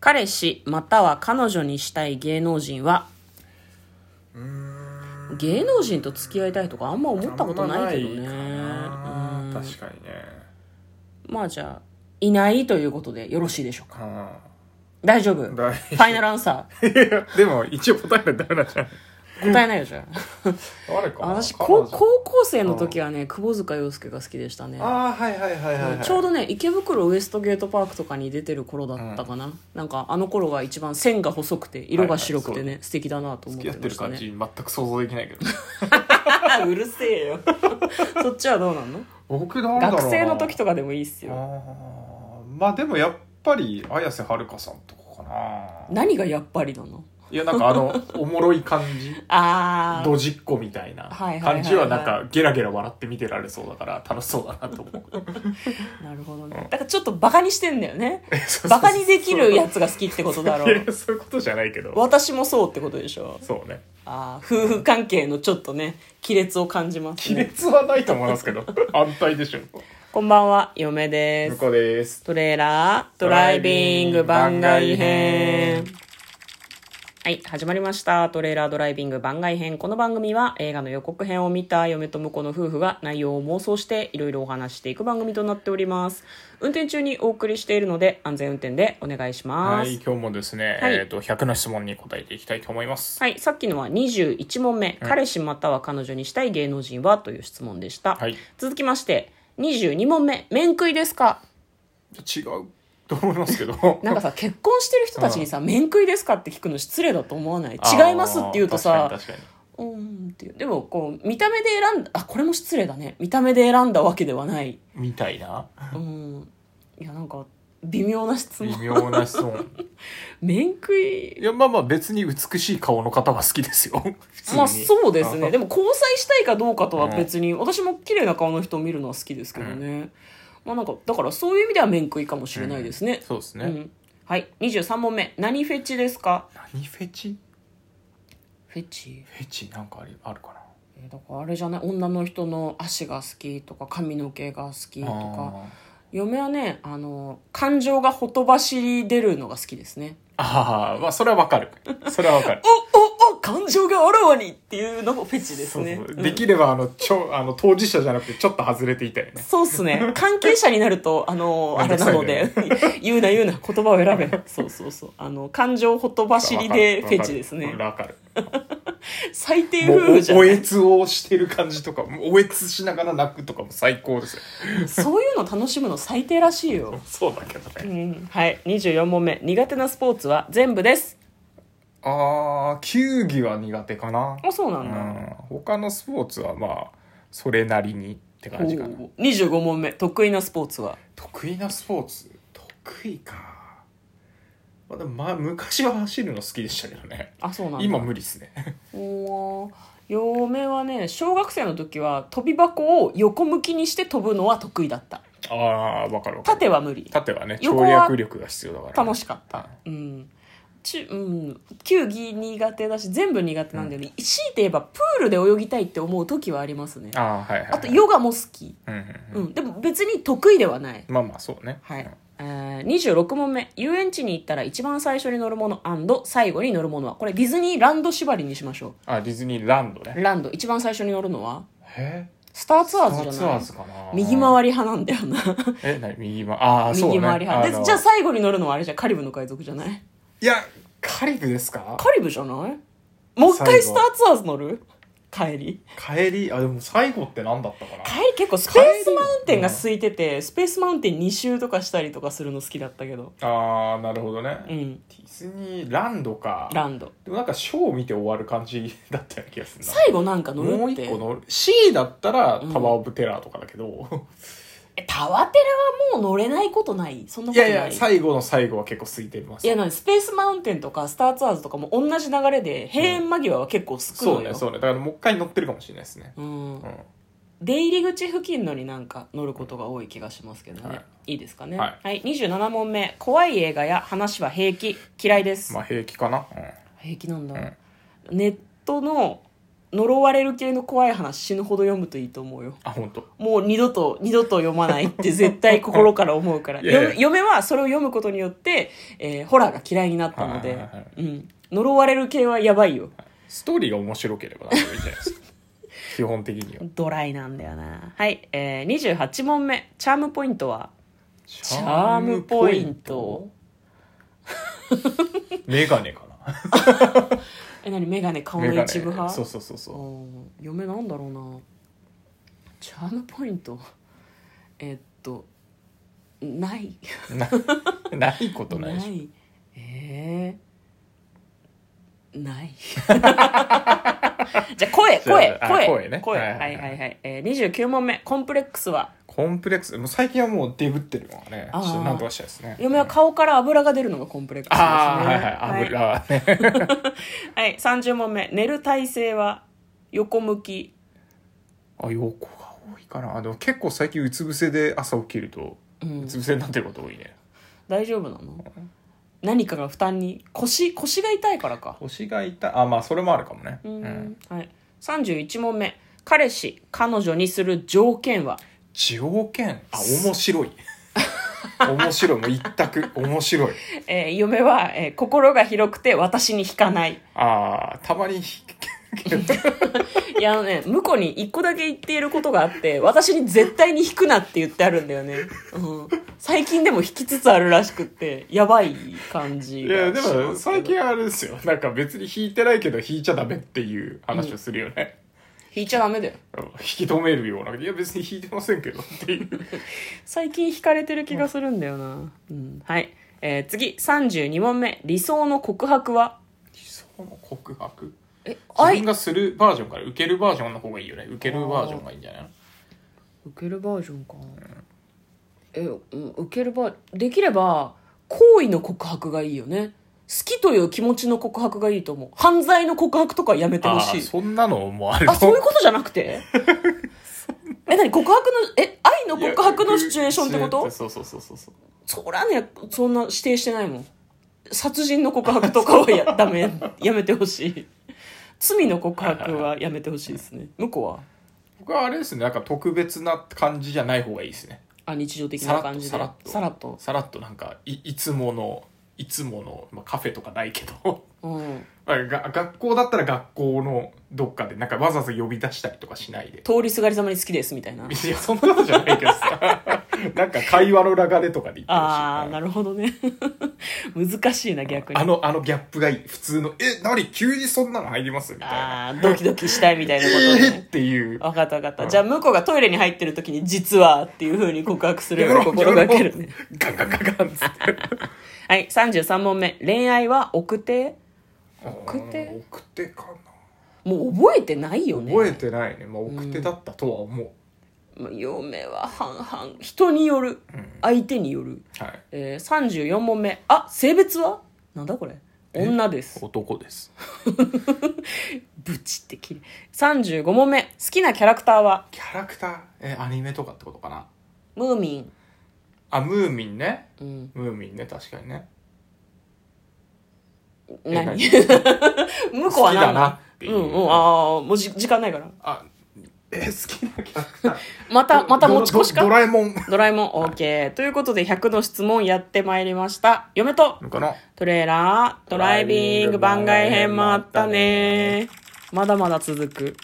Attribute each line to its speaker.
Speaker 1: 彼氏または彼女にしたい芸能人は芸能人と付き合いたいとかあんま思ったことないけどね
Speaker 2: あんまないかな確かにね
Speaker 1: まあじゃあいないということでよろしいでしょうか
Speaker 2: あ
Speaker 1: 大丈夫フ
Speaker 2: 大丈夫
Speaker 1: ァイナルアンサー
Speaker 2: ーでも一応答えないとダメなんじゃない
Speaker 1: 答えないよじゃあ
Speaker 2: 誰かな
Speaker 1: 私
Speaker 2: 彼
Speaker 1: 高
Speaker 2: 女
Speaker 1: 高校生の時はね窪塚洋介が好きでしたね
Speaker 2: ああはいはいはいはい、はい、
Speaker 1: ちょうどね池袋ウエストゲートパークとかに出てる頃だったかな、なんかあの頃が一番線が細くて色が白くてね、
Speaker 2: はいは
Speaker 1: 素敵だなと思っ
Speaker 2: 付
Speaker 1: て
Speaker 2: き合って
Speaker 1: ま
Speaker 2: る
Speaker 1: した
Speaker 2: 感
Speaker 1: ね
Speaker 2: じ全く想像できないけど
Speaker 1: うるせえよ そっちはどうなんの
Speaker 2: 僕なんだろうな
Speaker 1: 学生の時とかでもいいっす
Speaker 2: あ
Speaker 1: よ
Speaker 2: ーまあでもやっぱり綾瀬はるかさんとかかな
Speaker 1: 何がやっぱりなの
Speaker 2: いやなんか あのおもろい感じ
Speaker 1: あ
Speaker 2: ドジっ子みたいな
Speaker 1: はいはいはいはい
Speaker 2: 感じはなんかゲラゲラ笑って見てられそうだから楽しそうだなと思う
Speaker 1: あなるほどねだからちょっとバカにしてんだよね
Speaker 2: そうそうそう
Speaker 1: バカにできるやつが好きってことだろ
Speaker 2: いやいうやそういうことじゃないけど
Speaker 1: 私もそうってことでしょ
Speaker 2: そうね
Speaker 1: あー夫婦関係のちょっとね亀裂を感じますね
Speaker 2: 亀裂はないと思います けど安泰でしょ
Speaker 1: こんばんは嫁です
Speaker 2: 向こうです
Speaker 1: トレーラードライビング番外編。はい、始まりました。トレーラードライビング番外編。この番組は映画の予告編を見た嫁と婿の夫婦が内容を妄想していろいろお話していく番組となっております。運転中にお送りしているので安全運転でお願いしま
Speaker 2: は
Speaker 1: す。
Speaker 2: い今日もですね、
Speaker 1: はい
Speaker 2: えっ、と100の質問に答えていきたいと思います
Speaker 1: はい、さっきのは21問目、彼氏または彼女にしたい芸能人はという質問でした。
Speaker 2: はい
Speaker 1: 続きまして、22問目、面食いですか
Speaker 2: 違うと思いますけど
Speaker 1: なんかさ結婚してる人たちにさ「面食いですか?」って聞くの失礼だと思わない「
Speaker 2: あー
Speaker 1: 違います」って言うとさ
Speaker 2: 確かに確か
Speaker 1: 「うん」っていうでもこう見た目で選んだあこれも失礼だね見た目で選んだわけではない
Speaker 2: にみたいな
Speaker 1: うんいやなんか微妙な質
Speaker 2: 微
Speaker 1: 問
Speaker 2: 妙な質問
Speaker 1: 面食い
Speaker 2: いやまあまあ別に美しい顔の方は好きですよ普通に
Speaker 1: まあそうですね
Speaker 2: あ
Speaker 1: でも交際したいかどうかとは別に、私も綺麗な顔の人を見るのは好きですけどね、まあなんかだからそういう意味では面食いかもしれないですね、
Speaker 2: そうですね、
Speaker 1: うんはい23問目何フェチですか
Speaker 2: 何フェチ
Speaker 1: フェチ
Speaker 2: フェチなんかありあるかな
Speaker 1: えーだからあれじゃない女の人の足が好きとか髪の毛が好きとか嫁はねあの感情がほとばしり出るのが好きですね
Speaker 2: あーあーまあそれはわかるそれはわかる
Speaker 1: おおお感情があらわにっていうのもフェチ ですね
Speaker 2: そうそう
Speaker 1: うん
Speaker 2: できればあのちょあの当事者じゃなくてちょっと外れていたよね
Speaker 1: そうっすね関係者になる とあのあれなので 言うな言うな言葉を 選べそうそうそうあの感情ほとばしりでフェチですね
Speaker 2: わかる
Speaker 1: 最低
Speaker 2: も
Speaker 1: 夫
Speaker 2: う
Speaker 1: 婦じゃ
Speaker 2: お
Speaker 1: な
Speaker 2: お
Speaker 1: い
Speaker 2: えつをしてる感じとかもうおえつしながら泣くとかも最高ですよ
Speaker 1: そういうの楽しむの最低らしいよ、
Speaker 2: そうだけど
Speaker 1: う
Speaker 2: ね
Speaker 1: ん、はい24問目苦手なスポーツは全部です
Speaker 2: ああ球技は苦手かな
Speaker 1: あそうなん
Speaker 2: う
Speaker 1: だ、
Speaker 2: ん他のスポーツはまあそれなりにって感じかな
Speaker 1: おー25問目得意なスポーツは
Speaker 2: 得意なスポーツ得意か、まあ、でもまあ昔は走るの好きでしたけどね
Speaker 1: あそうなんだ
Speaker 2: 今無理っ すね
Speaker 1: おー嫁はね小学生の時は飛び箱を横向きにして飛ぶのは得意だった
Speaker 2: ああ分かる分かる
Speaker 1: 縦は無理
Speaker 2: 縦はね
Speaker 1: 横
Speaker 2: 跳
Speaker 1: は
Speaker 2: 躍力が必要だから、
Speaker 1: 楽しかったうんちうん、球技苦手だし全部苦手なんだよね、強いて言えばプールで泳ぎたいって思う時はありますねあ
Speaker 2: ああはいはい、はい、
Speaker 1: とヨガも好き、
Speaker 2: うんうんう
Speaker 1: うんん、でも別に得意ではない
Speaker 2: まあまあそうね
Speaker 1: は
Speaker 2: う
Speaker 1: い
Speaker 2: ん、
Speaker 1: えー、26問目遊園地に行ったら一番最初に乗るもの最後に乗るものはこれディズニーランド縛りにしましょ
Speaker 2: あディズニーランド
Speaker 1: う
Speaker 2: ね
Speaker 1: ランド一番最初に乗るのは
Speaker 2: え
Speaker 1: スターツア
Speaker 2: スタ
Speaker 1: ーズ
Speaker 2: ー
Speaker 1: じ
Speaker 2: ツ
Speaker 1: ゃ
Speaker 2: ア
Speaker 1: な
Speaker 2: ー
Speaker 1: い
Speaker 2: ズかな
Speaker 1: 右回り派なんだよな
Speaker 2: え何右回りああそうね
Speaker 1: 右回り派、
Speaker 2: あ
Speaker 1: で
Speaker 2: の
Speaker 1: じゃあ最後に乗るのはあれじゃんカリブの海賊じゃない
Speaker 2: いやカリブですか
Speaker 1: カリブじゃないもう一
Speaker 2: 最
Speaker 1: 回
Speaker 2: 後
Speaker 1: スターツアーズ乗る帰り
Speaker 2: 帰りあでも最後って何だったかな
Speaker 1: 帰り結構スペースマウンテンが空いてて、スペースマウンテン2周とかしたりとかするの好きだったけど
Speaker 2: ああなるほどね、
Speaker 1: う
Speaker 2: デ
Speaker 1: ん
Speaker 2: ィズニーランドか
Speaker 1: ランド
Speaker 2: でもなんかショーを見て終わる感じだったような気がする
Speaker 1: 最後なんか乗
Speaker 2: なもう
Speaker 1: るっ
Speaker 2: 一
Speaker 1: て
Speaker 2: 個乗る C だったら
Speaker 1: うん
Speaker 2: タワー・オブ・テラーとかだけど、
Speaker 1: えタワテレはもう乗れないことないそんなこ
Speaker 2: い
Speaker 1: とな
Speaker 2: や
Speaker 1: い
Speaker 2: いや最後の最後は結構空いてます
Speaker 1: いやなんかスペースマウンテンとかスターツアーズとかも同じ流れで閉園間際は結構すく
Speaker 2: そ
Speaker 1: の
Speaker 2: う
Speaker 1: よ
Speaker 2: ねそうねだからもう一回乗ってるかもしれないですね、
Speaker 1: うん
Speaker 2: うん
Speaker 1: 出入り口付近のになんか乗ることが多い気がしますけどね、
Speaker 2: はい
Speaker 1: い、いですかね
Speaker 2: はい、
Speaker 1: 27問目怖い映画や話は平気嫌いです、
Speaker 2: まあ平気かな、
Speaker 1: 平気なんだ、
Speaker 2: うん
Speaker 1: ネットの呪われる系の怖い話死ぬほど読むといいと思うよ
Speaker 2: あ本当
Speaker 1: もう二度と二度と読まないって絶対心から思うから
Speaker 2: いやいや
Speaker 1: 読む嫁はそれを読むことによって、えーホラーが嫌いになったの
Speaker 2: はい
Speaker 1: で
Speaker 2: はいはい、
Speaker 1: うん、呪われる系はやばいよ
Speaker 2: ストーリーが面白ければなんでもいいじゃないですか基本的には
Speaker 1: ドライなんだよなはい、えー、28問目チャームポイントは
Speaker 2: チ
Speaker 1: ャームポイント
Speaker 2: メガネかな
Speaker 1: え何眼鏡顔
Speaker 2: メガ
Speaker 1: の
Speaker 2: ネ
Speaker 1: 一部派
Speaker 2: そうそうそうそ
Speaker 1: うん嫁なんだろうなチャームポイント えっとない、
Speaker 2: うな ないことないでしょ
Speaker 1: いえー、ない じゃあ声
Speaker 2: じゃあ
Speaker 1: 声
Speaker 2: あ
Speaker 1: 声
Speaker 2: 声ね
Speaker 1: は
Speaker 2: はいい
Speaker 1: は
Speaker 2: はいいはい
Speaker 1: はい、えー、29問目コンプレックスは
Speaker 2: コンプレックスもう最近はもうデブってるのはねち
Speaker 1: あ
Speaker 2: ょ
Speaker 1: ー
Speaker 2: っとなんとかしたいですね
Speaker 1: 嫁は顔から油が出るのがコンプレックスですね
Speaker 2: ああはいはい油はね
Speaker 1: はい、はい、30問目寝る体勢は横向き
Speaker 2: あ横が多いかなあでも結構最近うつ伏せで朝起きると
Speaker 1: う
Speaker 2: うんつ伏せになってること多いね
Speaker 1: 大丈夫なの何かが負担に腰腰が痛いからか
Speaker 2: 腰が痛いあまあそれもあるかもね
Speaker 1: うん、
Speaker 2: うん
Speaker 1: はい、31問目彼氏彼女にする条件は
Speaker 2: 条件あ面白い 面白いもう一択面白い
Speaker 1: えー嫁は、えー心が広くて私に惹かない。
Speaker 2: ああたまに
Speaker 1: いや、あのね、向こうに一個だけ言っていることがあって、私に絶対に惹くなって言ってあるんだよね。うん、最近でも引きつつあるらしくって、やばい感じ
Speaker 2: い
Speaker 1: がしま
Speaker 2: やです
Speaker 1: けど。
Speaker 2: も最近あれですよなんか別に引いてないけど引いちゃダメっていう話をするよね、
Speaker 1: 引いちゃダメだよ。
Speaker 2: うん引き止めるようないや別に引いてませんけどっていう
Speaker 1: 最近惹かれてる気がするんだよな。うん、はい。えー次、32問目。理想の告白は
Speaker 2: 理想の告白
Speaker 1: え、
Speaker 2: 自
Speaker 1: 愛
Speaker 2: 分がするバージョンから受けるバージョンの方がいいよね受けるバージョンがいいんじゃないの
Speaker 1: 受けるバージョンか、えうん受けるバーできれば好意の告白がいいよね好きという気持ちの告白がいいと思う犯罪の告白とかやめてほ
Speaker 2: あ
Speaker 1: し
Speaker 2: ー
Speaker 1: い
Speaker 2: そんなのもある
Speaker 1: あそういうことじゃなくて え何告白のえ愛の告白のシチュエーションってこと
Speaker 2: そうそうそうそうそう
Speaker 1: そりゃねそんな指定してないもん殺人の告白とかは やダメやめてほしい罪の告白はやめてほしいですね向こうは
Speaker 2: 僕はあれですねなんか特別な感じじゃない方がいいですね
Speaker 1: あ日常的な感じで
Speaker 2: さらっと
Speaker 1: さらっと
Speaker 2: さらっとなんかいいつものいつもの、まあ、カフェとかないけど
Speaker 1: うん
Speaker 2: まあが学校だったら学校のどっかでなんかわざわざ呼び出したりとかしないで
Speaker 1: 通りすがりざまに好きですみたいな。
Speaker 2: いやそんなことじゃないけどさ なんか会話の流れとかで言ってほしい
Speaker 1: ああ、なるほどね。 難しいな、逆に。
Speaker 2: あのあのギャップがいい普通の「え何急にそんなの入ります?」みたいな
Speaker 1: あードキドキしたいみたい
Speaker 2: 「
Speaker 1: なこと
Speaker 2: えっ!」
Speaker 1: ね。
Speaker 2: っていう
Speaker 1: 分かった分かった。
Speaker 2: うん
Speaker 1: じゃあ、向こうがトイレに入ってる時に、実はっていう風に告白するように心がけるね。
Speaker 2: ガンガンガンガンっつって
Speaker 1: はい、33問目。恋愛は奥手
Speaker 2: 奥
Speaker 1: 手
Speaker 2: 奥手か
Speaker 1: もう覚えてないよ
Speaker 2: な
Speaker 1: ね。
Speaker 2: 覚えてないね、まあ、奥手だったとは思う、
Speaker 1: まあ嫁は半々。人による。
Speaker 2: うん
Speaker 1: 相手による。
Speaker 2: はい
Speaker 1: えー、34問目。あ、性別はなんだこれ。女です。
Speaker 2: 男です
Speaker 1: ブチって切れ。35問目。好きなキャラクターは
Speaker 2: キャラクターえアニメとかってことかな
Speaker 1: ムーミン。
Speaker 2: あムーミンね
Speaker 1: うん。
Speaker 2: ムーミンね確かにね
Speaker 1: 何
Speaker 2: え
Speaker 1: 向こうは何
Speaker 2: 好きだなっていう
Speaker 1: うんうんああもうじ時間ないから
Speaker 2: あえ好きなキャラクター
Speaker 1: また また持ち越しか
Speaker 2: ド
Speaker 1: ド
Speaker 2: ドラえもん
Speaker 1: ラえもん OK ということで100の質問やってまいりました嫁と
Speaker 2: のかな
Speaker 1: トレーラードライビング番外編もあったねまだまだ続く